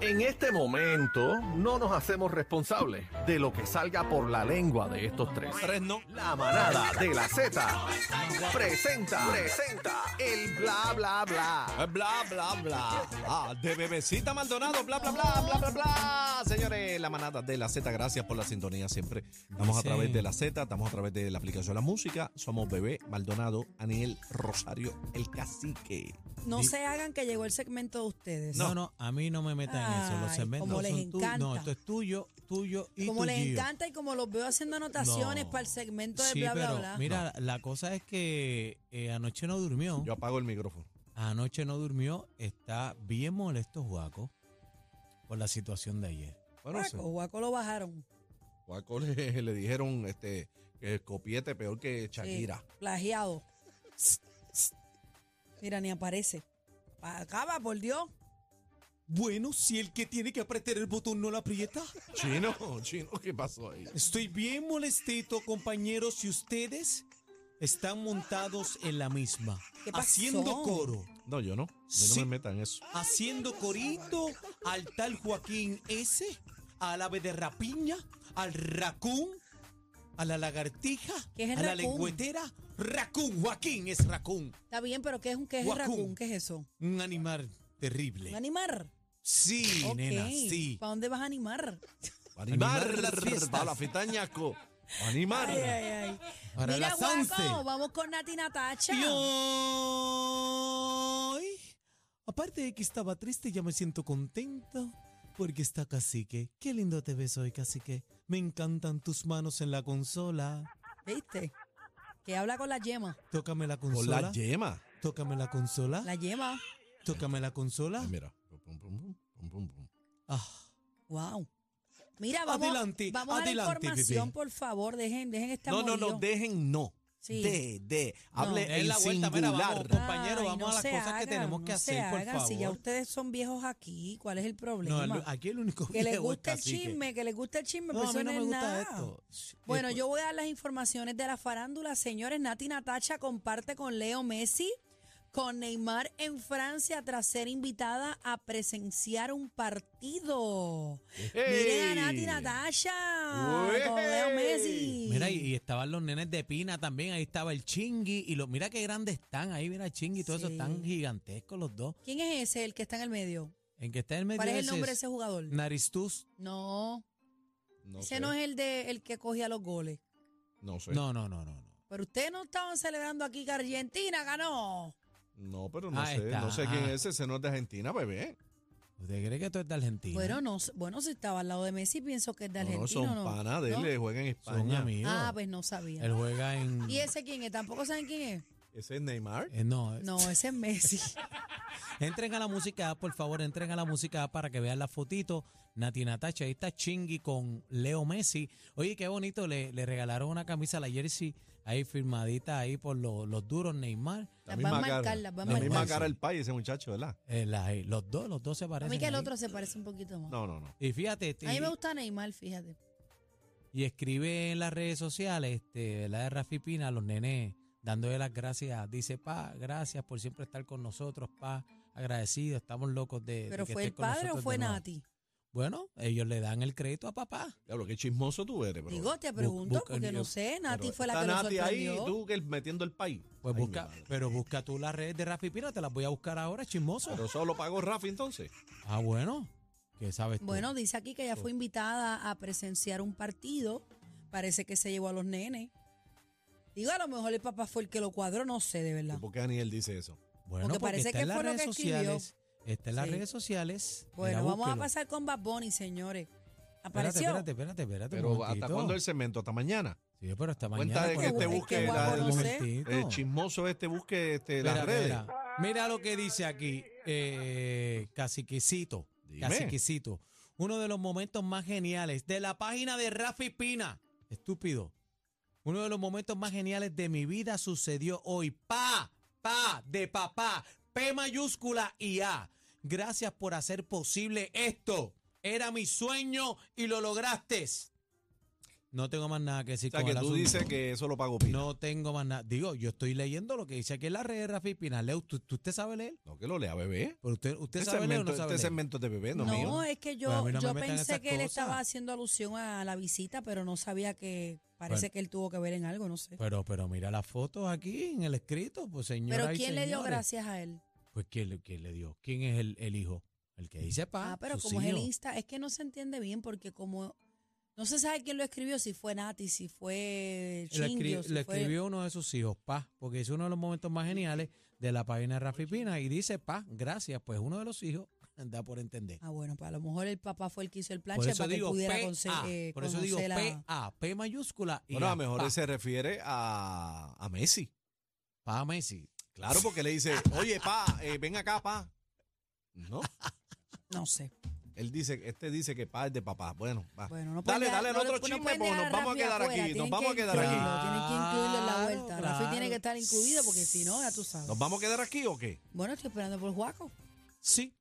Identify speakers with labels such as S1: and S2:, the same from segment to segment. S1: En este momento no nos hacemos responsables de lo que salga por la lengua de estos tres.
S2: Tres no.
S1: La manada de la Z presenta, presenta el bla bla bla.
S2: Eh, Bla, bla, bla. Ah, de bebecita Maldonado, bla, bla, bla, bla, bla, bla. Señores, la manada de la Z, gracias por la sintonía siempre. Estamos a
S3: Sí.
S2: través de la Z, estamos a través de la aplicación de la música. Somos Bebé Maldonado, Aniel Rosario, el cacique.
S4: No
S3: Di-
S4: se hagan que llegó el segmento de ustedes.
S3: No, no, a mí no me metan en eso. Los
S4: Ay,
S3: segmentos
S4: como les
S3: son tu-
S4: encanta.
S3: No, esto es tuyo, tuyo y
S4: Como les
S3: tuyo.
S4: encanta y como los veo haciendo anotaciones
S3: No.
S4: para el segmento de
S3: Sí,
S4: bla, bla,
S3: pero
S4: bla.
S3: mira, la cosa es que eh, anoche no durmió.
S2: Yo apago el micrófono.
S3: Anoche no durmió. Está bien molesto Juaco por la situación de ayer.
S2: Bueno,
S4: Guaco, Guaco lo bajaron. eh,
S2: Guaco le, le dijeron este, que copiete peor que
S4: Sí,
S2: Shakira.
S4: plagiado. Mira, ni aparece. Pa- Acaba, por Dios.
S3: Bueno, si el que tiene que apretar el botón no la aprieta.
S2: Chino, chino, ¿qué pasó ahí?
S3: Estoy bien molestito, compañeros, y ustedes están montados en la misma.
S4: ¿Qué pasó?
S3: Haciendo coro.
S2: No, yo no. A mí no
S3: Sí.
S2: me metan en eso.
S3: haciendo corito al tal Joaquín S, al ave de rapiña, al racún, a la lagartija,
S4: ¿Qué es el
S3: a la
S4: racún?
S3: lengüetera. Racún, Joaquín es racún,
S4: Está bien, pero ¿qué es un qué es el
S3: Guacún.
S4: racún? ¿Qué es eso?
S3: un animal terrible.
S4: ¿Un animar?
S3: Sí,
S4: Ok.
S3: nena, sí.
S4: ¿Para dónde vas a animar?
S2: Animar
S3: Animar las fiestas.
S2: para la fitañaco. Animar.
S4: Ay, ay, ay.
S3: Para
S4: Mira,
S3: las
S4: Guaco,
S3: 11.
S4: vamos con Nati Natacha.
S3: Y hoy, aparte de que estaba triste, ya me siento contento porque está Cacique. Qué lindo te ves hoy, Cacique. Me encantan tus manos en la consola.
S4: ¿Viste? Que habla con la yema.
S3: Tócame la
S2: Con
S3: consola.
S2: la yema.
S3: Tócame la consola.
S4: La yema.
S3: Tócame la consola.
S2: Ay, mira. Pum, pum, pum, pum, pum, pum.
S3: Ah,
S4: Wow. Mira, vamos,
S3: Adelante,
S4: vamos a la
S3: adelante,
S4: información,
S3: bebé.
S4: por favor. Dejen, dejen esta
S2: No, no, no, dejen no.
S4: Sí.
S2: De, de. Hable
S3: No. Es
S2: en
S3: la vuelta, mira,
S2: singular.
S3: vamos, compañero, vamos a las
S4: se
S3: cosas que tenemos que
S4: no se
S3: hacer, por
S4: hagan. Si ya
S3: favor.
S4: ustedes son viejos aquí, ¿cuál es el
S3: no,
S4: problema?
S3: el- aquí el único
S4: que les
S3: viejo es
S4: guste el
S3: Cacique.
S4: chisme, que les guste el chisme,
S3: No,
S4: pues
S3: a mí
S4: eso
S3: no
S4: no
S3: me
S4: es
S3: gusta
S4: nada.
S3: esto. Pues,
S4: Bueno,
S3: Después-
S4: yo voy a dar las informaciones de la farándula. Señores, Nati Natacha comparte con Leo Messi, con Neymar en Francia tras ser invitada a presenciar un partido. Miren a Nati
S2: ¡Ey!
S4: Natacha con
S2: ¡Ey!
S4: Leo Messi.
S3: Mira, y, y estaban los nenes de Pina también, ahí estaba el Chingui, y los, mira qué grandes están, ahí mira Chingui, todo eso,
S4: Sí.
S3: están gigantescos los dos.
S4: ¿Quién es ese, el que está en el medio?
S3: ¿En qué está el medio?
S4: ¿Cuál es el
S3: ese?
S4: nombre de ese jugador?
S3: Naristus.
S4: No,
S2: No
S4: ese
S2: sé,
S4: no es el de el que cogía los goles.
S2: No sé.
S3: No, no, no, no. no.
S4: Pero ustedes no estaban celebrando aquí que Argentina ganó.
S2: No, pero no
S3: Ahí
S2: sé.
S3: está, Ah.
S2: No sé quién
S3: ajá.
S2: es ese. Ese no es de Argentina, bebé.
S3: ¿Usted cree que todo es de Argentina?
S4: Bueno, no, sé- bueno, si estaba al lado de Messi, pienso que es de
S2: no,
S4: Argentina.
S2: son
S4: ¿no?
S2: panas de él. eh.
S4: ¿No?
S2: le Juegan en
S3: Son
S2: España.
S3: amigos.
S4: Ah, pues no sabía.
S3: Él juega en...
S4: ¿Y ese quién es? ¿Tampoco saben quién es?
S2: Ese es Neymar.
S3: eh, no,
S4: No, ese es Messi.
S3: Entren a la música, app, por favor, entren a la música app para que vean la fotito. Nati Natacha, ahí está Chingy con Leo Messi. Oye, qué bonito, le, le regalaron una camisa a la jersey ahí firmadita ahí por lo- los duros Neymar.
S4: Las va a marcar, las va a
S2: la misma
S3: marcar.
S2: cara el país, ese muchacho, ¿verdad?
S3: Eh, la- eh, los dos, los dos se
S4: A
S3: parecen.
S4: mí que el
S3: ahí.
S4: otro se parece un poquito más.
S2: No, no, no.
S3: Y fíjate, este,
S4: A mí me
S3: y-
S4: gusta Neymar, fíjate.
S3: Eh, y escribe en las redes sociales, este, la de Rafi Pina, a los nenes, dándole las gracias. Dice, pa, gracias por siempre estar con nosotros, pa, agradecido, estamos locos de. de
S4: ¿Pero
S3: que
S4: fue el
S3: estés con
S4: padre o
S3: nosotros de
S4: fue
S3: nuevo".
S4: Nati?
S3: Bueno, ellos le dan el crédito a papá.
S2: Diablo, qué chismoso tú eres, bro.
S4: Digo, te pregunto,
S3: busca-
S4: porque no
S3: yo-
S4: sé.
S2: Pero
S4: Nati fue la
S2: está
S4: que lo
S2: Nati ahí y
S4: sorprendió.
S2: tú que metiendo el país.
S3: Pues
S2: Ay,
S3: busca,
S2: mi madre.
S3: pero busca tú las redes de Rafi Pina, te las voy a buscar ahora, chismoso.
S2: Pero eso lo pagó Rafi entonces.
S3: Ah, bueno, ¿qué sabes tú?
S4: Bueno, dice aquí que ella
S3: Oh.
S4: fue invitada a presenciar un partido. Parece que se llevó a los nenes. Digo, a lo mejor el papá fue el que lo cuadró, no sé, de verdad.
S2: ¿Por qué Daniel dice eso?
S3: bueno
S4: porque parece
S3: está
S4: que
S3: en las
S4: fue lo
S3: redes
S4: que escribió.
S3: sociales. Está en las
S4: Sí.
S3: redes sociales.
S4: Bueno,
S3: mira,
S4: vamos a
S3: búsquelo.
S4: pasar con Bad Bunny, señores.
S3: Espérate,
S4: Apareció.
S3: espérate, espérate, espérate.
S2: Pero
S3: un
S2: ¿hasta
S3: momentito.
S2: cuándo el cemento? ¿Hasta mañana?
S3: Sí, pero hasta
S2: Cuenta
S3: mañana.
S2: de que
S3: cuando-
S2: te
S3: Es
S2: busque la-
S3: guapo, no
S2: el-
S3: sé.
S2: El chismoso este busque este,
S3: Espera,
S2: las redes.
S3: espera. Mira lo que dice aquí, eh, caciquecito.
S2: Dime.
S3: Caciquecito. Uno de los momentos más geniales de la página de Rafi Pina. Estúpido. Uno de los momentos más geniales de mi vida sucedió hoy. Pa, pa, de papá. P mayúscula y A. Gracias por hacer posible esto. Era mi sueño y lo lograste. No tengo más nada que
S2: O
S3: decir
S2: sea,
S3: con
S2: que
S3: el
S2: tú
S3: asunto.
S2: dices que eso lo pagó Pina. No.
S3: No tengo más nada. Digo, yo estoy leyendo lo que dice aquí en la red de Rafi Pina. Leo, ¿tú, tú- usted sabe leer?
S2: que lo lea, bebé.
S3: Pero usted, usted
S2: Este
S3: sabe leer o
S2: segmento-
S3: no sabe
S2: este
S3: leer.
S2: segmento es de bebé, no,
S4: No,
S2: mío.
S4: es que
S3: Pues a
S4: yo,
S3: mí no
S4: yo
S3: me metan
S4: pensé
S3: esas
S4: que él
S3: cosas.
S4: estaba haciendo alusión a la visita, pero no sabía que parece
S3: Bueno. Pues,
S4: que él tuvo que ver en algo, no sé.
S3: Pero, pero mira las fotos aquí en el escrito, pues señora.
S4: Pero
S3: y
S4: ¿quién le dio
S3: señores.
S4: gracias a él?
S3: Pues ¿quién, le- quién le dio? ¿Quién es el, el hijo? El que dice pa.
S4: Ah, pero
S3: sus
S4: como es el
S3: hijos.
S4: Insta, es que no se entiende bien porque como no se sabe quién lo escribió, si fue Nati, si fue
S3: Lo, escri-
S4: Chingio, si
S3: lo
S4: fue-
S3: escribió uno de sus hijos, pa, porque es uno de los momentos más geniales de la página de Rafi Pina y dice, pa, gracias, pues uno de los hijos da por entender.
S4: Ah, bueno, pues a lo mejor el papá fue el que hizo el
S3: por
S4: planche
S3: eso
S4: para que
S3: digo
S4: pudiera
S3: P,
S4: conse- eh,
S3: por eso digo
S4: conocer a-
S3: P, A, P mayúscula y
S2: Bueno, a
S3: la
S2: lo mejor
S3: pa,
S2: él se refiere a, a Messi.
S3: pa Messi.
S2: Claro, porque le dice, oye, pa, eh, ven acá, pa. No,
S4: No sé.
S2: él dice, este dice que pa es de papá. Bueno, va.
S4: Bueno, no pueden
S2: dale,
S4: dejar-
S2: dale el
S4: no
S2: otro
S4: lo- no
S2: chisme,
S4: pueden
S2: porque
S4: dejar
S2: nos vamos a
S4: Rafi
S2: quedar
S4: afuera,
S2: aquí. Nos
S4: tienen
S2: vamos a
S4: que
S2: quedar aquí.
S4: incluirlo, Tienen que incluirlo en la
S3: Claro,
S4: vuelta. Rafi tiene que estar incluido porque si no, ya tú sabes.
S2: ¿Nos vamos a quedar aquí o qué?
S4: Bueno, estoy esperando por Juaco.
S3: Sí.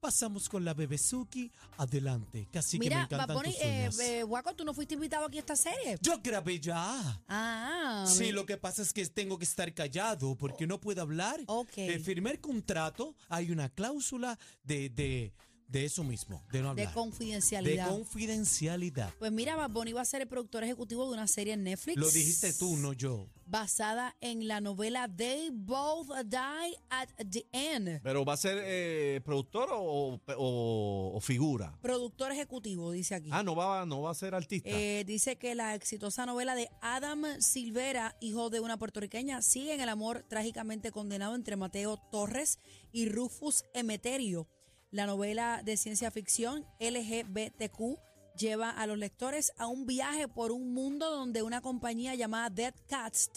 S3: Pasamos con la bebé Suki. Adelante. Casi que me
S4: Mira,
S3: encantan
S4: Baboni,
S3: tus
S4: eh,
S3: uñas.
S4: eh, Juaco, tú no fuiste invitado aquí a esta serie.
S3: Yo grabé ya.
S4: Ah,
S3: Sí,
S4: mi-
S3: lo que pasa es que tengo que estar callado porque no puedo hablar.
S4: Ok.
S3: Eh, firmé el contrato, hay una cláusula de, de, de eso mismo, de no
S4: de
S3: hablar.
S4: confidencialidad.
S3: De confidencialidad.
S4: pues mira, Bad Bunny va a ser el productor ejecutivo de una serie en Netflix.
S3: Lo dijiste tú, no yo.
S4: Basada en la novela They Both Die at the End.
S2: ¿Pero va a ser eh, productor o, o- o figura?
S4: Productor ejecutivo, dice aquí.
S2: Ah, no va, no va a ser artista.
S4: Eh, dice que la exitosa novela de Adam Silvera, hijo de una puertorriqueña, sigue en el amor trágicamente condenado entre Mateo Torres y Rufus Emeterio. La novela de ciencia ficción LGBTQ lleva a los lectores a un viaje por un mundo donde una compañía llamada Dead Cats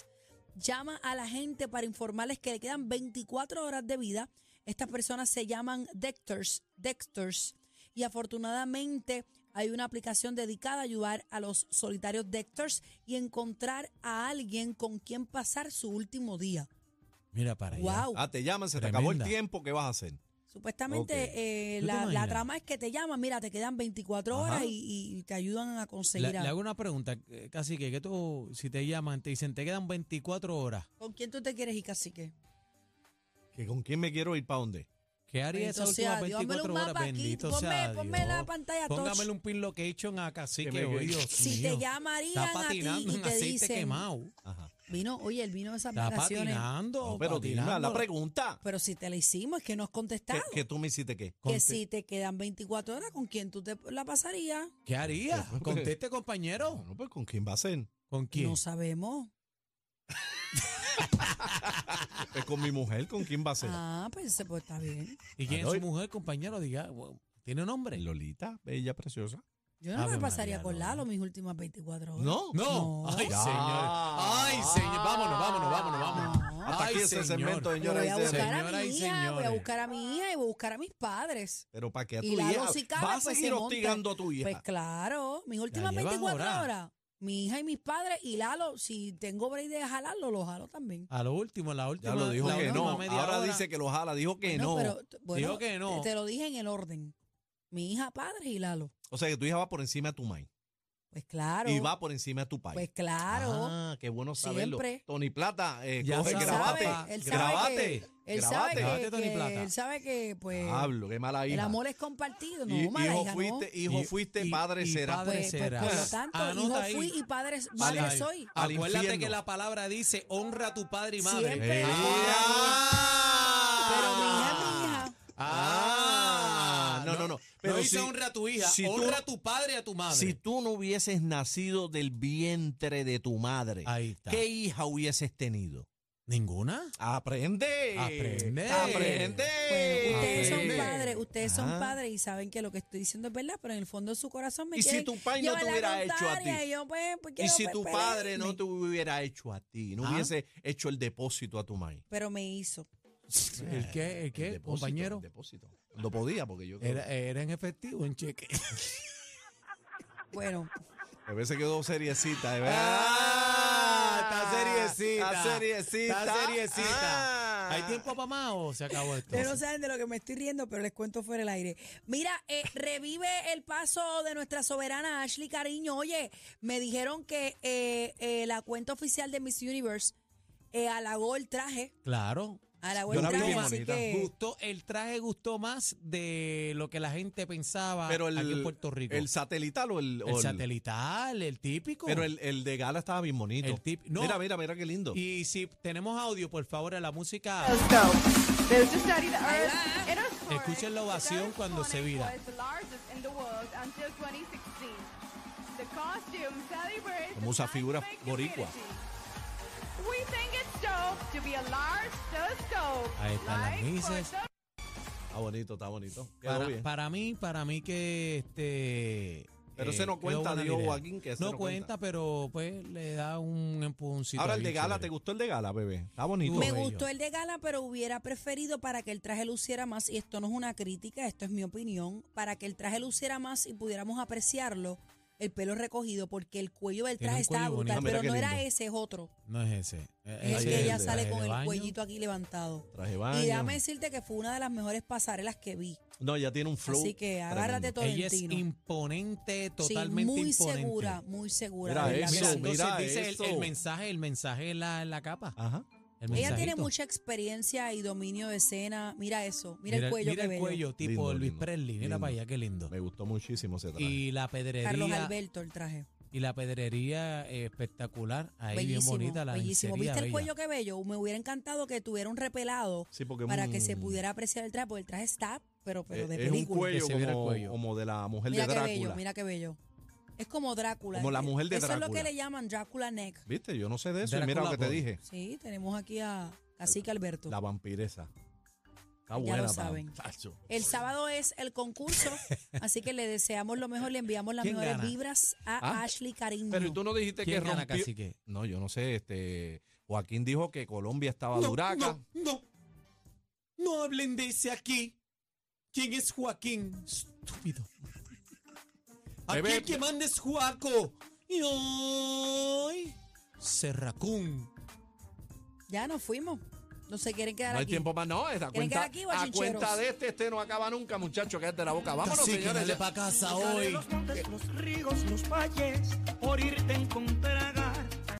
S4: llama a la gente para informarles que le quedan 24 horas de vida. Estas personas se llaman Dexters, Dexters y afortunadamente hay una aplicación dedicada a ayudar a los solitarios Dexters y encontrar a alguien con quien pasar su último día.
S3: Mira para allá.
S4: Wow.
S2: ah, te llaman, se te acabó el
S3: Tremenda.
S2: tiempo, ¿qué vas a hacer?
S4: Supuestamente
S2: Ok.
S4: eh,
S3: ¿Tú te
S4: la, la
S3: imaginas?
S4: trama es que te llaman, mira, te quedan 24
S2: Ajá.
S4: horas y, y te ayudan a
S3: Le,
S4: conseguir
S3: le
S4: a-
S3: hago una pregunta, eh, Cacique, que tú, si te llaman, te dicen, te quedan 24 horas.
S4: ¿Con quién tú te quieres ir, cacique?
S2: ¿Que ¿Con quién me quiero ir para dónde?
S3: ¿Qué haría esas
S4: Bendito sea
S3: últimas
S4: Dios, dámelo
S3: 24
S4: un
S3: horas?
S4: mapa aquí,
S3: Bendito
S4: ponme-
S3: sea
S4: ponme la
S3: Dios.
S4: pantalla touch.
S3: Póngamele un pin location a
S2: Que me
S3: Cacique, oh,
S2: quede-
S3: Dios
S4: Si
S3: mío.
S4: te llamarían
S3: Está
S4: a ti
S3: patinando
S4: y
S3: en
S4: te
S3: aceite
S4: dicen,
S3: quemado.
S2: Ajá.
S4: vino, oye, él vino de esas
S3: Está
S4: vacaciones.
S3: patinando.
S2: No, pero dime
S3: patinando.
S2: la pregunta.
S4: Pero si te la hicimos, es que no has
S2: ¿Que,
S4: contestado.
S2: que tú me hiciste qué?
S4: Que
S3: Conte-
S4: si te quedan 24 horas, ¿con quién tú te la pasarías?
S3: ¿Qué haría?
S2: Pero-
S3: Conteste, compañero.
S2: Bueno, pues ¿con quién va a ser?
S3: ¿Con quién?
S4: No sabemos.
S2: Pues con mi mujer, ¿con quién va a ser?
S4: Ah, pues, pues está bien.
S3: ¿Y quién es
S2: Aloy.
S3: su mujer, compañero? Diga, bueno, ¿tiene nombre?
S2: Lolita, bella, preciosa.
S4: Yo no
S3: Ave
S4: me pasaría
S3: María,
S4: con
S3: no.
S4: Lalo mis últimas 24 horas.
S2: No.
S3: No.
S4: No.
S3: Ay,
S2: Ya.
S3: señor. Ay, señor. Vámonos, vámonos, vámonos, vámonos.
S4: No.
S2: Hasta
S3: Ay,
S2: aquí ese
S3: señor.
S2: segmento,
S4: Yo voy
S2: señoras y
S4: a buscar
S2: señores.
S4: a
S3: Señoras
S4: mi
S3: y
S4: hija, voy a
S3: señores.
S4: buscar a mi hija y voy a buscar a mis padres.
S2: Pero para que a tu
S4: Y la
S2: hija.
S4: dos y cabe,
S2: va a
S4: pues, se
S2: seguir
S4: monta.
S2: hostigando a tu hija.
S4: Pues claro, mis últimas
S3: llevas
S4: 24
S3: horas.
S4: horas. Mi hija y mis padres y Lalo, si tengo break de jalarlo, lo jalo también.
S3: A lo último, la última.
S2: ya lo dijo
S3: la
S2: que
S3: última
S2: no.
S3: media
S2: Ahora
S3: hora.
S2: dice que lo jala, dijo que
S4: Bueno,
S2: no.
S4: pero, t- bueno,
S3: Digo que no.
S4: Te, te lo dije en el orden. Mi hija, padre y Lalo.
S2: O sea que tu hija va por encima de tu mãe.
S4: Pues claro.
S2: Y va por encima de tu país.
S4: Pues claro.
S2: Ah, qué bueno saberlo.
S4: Siempre.
S2: Tony Plata, eh,
S3: Ya
S2: coge,
S3: lo
S2: grabate.
S3: sabe,
S4: él sabe
S2: grabate.
S4: que- él sabe
S2: grabate.
S3: Grabate,
S4: que,
S3: Tony
S4: que-
S3: Plata.
S4: él sabe que pues
S2: Diablo, qué mala hija.
S4: el amor es compartido, no,
S2: Y-
S4: mala
S2: hijo
S4: hija,
S2: fuiste,
S4: no.
S2: hijo
S3: Y-
S2: fuiste,
S3: y-
S2: padre
S3: y
S2: será.
S3: padre
S4: Pues, pues,
S3: serás.
S4: por lo tanto,
S3: Anota
S4: hijo
S3: ahí.
S4: fui y padre,
S2: Vale,
S4: madre
S2: ahí.
S4: soy.
S2: Al
S3: Acuérdate
S2: infierno.
S3: que la palabra dice honra a tu padre y madre.
S4: Siempre.
S2: Ah.
S4: Pero mi hija, mi hija.
S2: Ah, no, no, no. Pero
S3: Eh, no dice
S2: si-
S3: honra a tu hija,
S2: si tú-
S3: honra a tu padre y a tu madre.
S2: Si tú no hubieses nacido del vientre de tu madre,
S3: Ahí está.
S2: ¿qué hija hubieses tenido?
S3: ¿Ninguna?
S2: Aprende.
S3: Aprende.
S2: Aprende.
S4: Bueno, ustedes
S3: Aprende.
S4: son padres, ustedes
S2: eh, Ah.
S4: son padres y saben que lo que estoy diciendo es verdad, pero en el fondo de su corazón me
S2: Y si
S4: quieren
S2: tu pai no te
S4: llevar la
S2: hubiera hecho a ti.
S4: contraria, yo, pues, pues,
S2: Y
S4: quiero,
S2: si
S4: pues,
S2: tu padre no
S4: pelearme.
S2: te hubiera hecho a ti, no
S3: Ah.
S2: hubiese hecho el depósito a tu madre.
S4: Pero me hizo.
S3: ¿El qué, el Eh, qué,
S2: depósito,
S3: compañero?
S2: Eh, el depósito. No podía porque yo
S3: Era, era en efectivo, en cheque.
S4: Bueno,
S2: a veces quedó seriecita, de verdad.
S3: Ah, está seriecita.
S2: Está seriecita.
S3: Está seriecita.
S2: Ah.
S3: ¿Hay tiempo para más o se acabó esto?
S4: Ustedes no saben de lo que me estoy riendo, pero les cuento fuera el aire. Mira, eh, revive el paso de nuestra soberana Ashley Cariño. Oye, me dijeron que eh, eh, la cuenta oficial de Miss Universe eh, halagó el traje.
S3: Claro.
S4: Halagó
S2: Yo
S4: el
S2: la vi
S4: traje,
S2: bien
S4: así
S2: bonita.
S4: que...
S3: Gustó, el traje gustó más de lo que la gente pensaba
S2: Pero el,
S3: aquí en Puerto Rico.
S2: el satelital o el, o
S3: El satelital, el típico.
S2: Pero el, el de gala estaba bien bonito.
S3: El tip- no.
S2: Mira, mira, mira qué lindo.
S3: Y si tenemos audio, por favor, a la música.
S5: telescope. There's a study that
S4: Ahí
S5: Earth-
S4: va.
S5: it was formed-
S3: Escuchen la ovación
S5: the
S3: cuando se
S5: Earth's
S3: vira.
S5: was the largest in the world until 2016. The costume celebrates
S2: Como usa
S5: the
S2: figuras
S5: scientific
S2: boricua.
S5: community. We think it's dope to be a large telescope.
S3: Ahí están las
S5: like for
S3: Mises.
S5: the
S2: Está bonito, está bonito. Quedó
S3: Para,
S2: bien.
S3: para mí, para mí que este.
S2: Pero ese
S3: se
S2: no cuenta, dijo Joaquín, que ese
S3: no
S2: no
S3: cuenta,
S2: cuenta.
S3: pues, pero pues le da un empujoncito.
S2: Ahora el
S3: ahí
S2: de gala, ¿te
S3: chévere.
S2: gustó el de gala, bebé? Está bonito.
S3: Me
S4: Me
S3: bello.
S4: gustó el de gala, pero hubiera preferido para que el traje luciera más, y esto no es una crítica, esto es mi opinión, para que el traje luciera más y pudiéramos apreciarlo, el pelo recogido, porque el cuello del
S3: Tiene
S4: traje
S3: un
S4: estaba
S3: cuello
S4: brutal,
S2: bonito. Ah,
S4: pero
S2: mira
S4: no
S2: qué
S4: era
S2: lindo.
S4: ese, es otro.
S3: No es ese.
S4: Es el
S2: Ahí
S4: que
S2: el
S4: ella
S2: de
S4: sale con el
S3: cuellito
S4: cuellito aquí levantado.
S2: Traje de
S4: Y
S2: baño.
S4: déjame decirte que fue una de las mejores pasarelas que vi.
S2: No, ya tiene un flow.
S4: Así que
S2: tremendo.
S4: agárrate todo
S3: Ella es
S4: Tolentino.
S3: imponente,
S4: Sí,
S3: totalmente
S4: muy
S3: imponente.
S4: segura, muy segura.
S2: Mira
S4: de verdad que
S2: Ah, eso,
S4: sí.
S2: mira
S3: entonces dice el- El,
S2: eso. Ah,
S3: mensaje, el mensaje en la, en la capa.
S2: Ajá.
S3: El
S4: Ella tiene
S3: mensajito.
S4: mucha experiencia y dominio de escena. Mira eso, mira, el cuello
S3: Mira
S4: que
S3: el
S4: bello.
S3: cuello, tipo
S2: Lindo,
S3: Elvis
S2: lindo,
S3: Presley. Mira
S2: lindo.
S3: para allá, qué lindo.
S2: Me gustó muchísimo ese traje.
S3: Y la
S4: Carlos
S3: pedrería,
S4: Alberto el traje.
S3: y la pedrería eh, espectacular. Ahí
S4: bellísimo,
S3: bien bonita la
S4: bellísimo.
S3: lencería
S4: ¿Viste el
S3: bella.
S4: cuello que bello? Me hubiera encantado que tuviera un repelado
S2: Sí, porque es
S4: para
S2: un-
S4: que se pudiera apreciar el traje, porque el traje está, pero, pero
S2: Mm. eh,
S4: de
S2: es un
S4: película.
S2: cuello,
S3: Que se viera el
S2: como,
S3: cuello.
S2: como de la mujer
S4: mira
S2: de
S4: qué
S2: Drácula.
S4: bello, mira qué bello. Es como Drácula.
S2: Como la mujer de
S4: Eso es
S2: Drácula.
S4: lo que le llaman Drácula Neck.
S2: ¿Viste? Yo no sé de eso. y mira
S3: Drácula
S2: lo que te
S3: Boy.
S2: dije.
S4: Sí, tenemos aquí a Cacique Alberto.
S2: La vampiresa. Está
S4: Ya lo
S2: buena, pa-
S4: saben.
S2: Chacho.
S4: El sábado es el concurso, así que le deseamos lo mejor, le enviamos las
S3: ¿Quién
S4: mejores
S3: gana?
S4: vibras a
S2: Ah,
S4: Ashley Cariño.
S2: Pero ¿y tú no dijiste que
S3: ¿Quién gana,
S2: rompió?
S3: cacique?
S2: No, yo no sé. Este, Joaquín dijo que Colombia estaba duraca.
S3: No, no. No hablen de ese aquí. ¿Quién es Joaquín? Estúpido. Aquí
S2: Bebé.
S3: el que manda es Juaco. Y hoy. Serracún.
S4: Ya nos fuimos. No se quieren quedar
S2: No hay
S4: aquí.
S2: tiempo más. No, esa cuenta,
S4: ¿Quieren quedar aquí,
S2: a
S4: bochincheros?
S2: cuenta de este, este no acaba nunca, muchacho. Quédate la boca. Vámonos,
S3: Cacique,
S2: señores.
S3: dale
S2: ya.
S3: pa' casa hoy.
S6: Los montes, los ríos, los valles, por irte en contraga.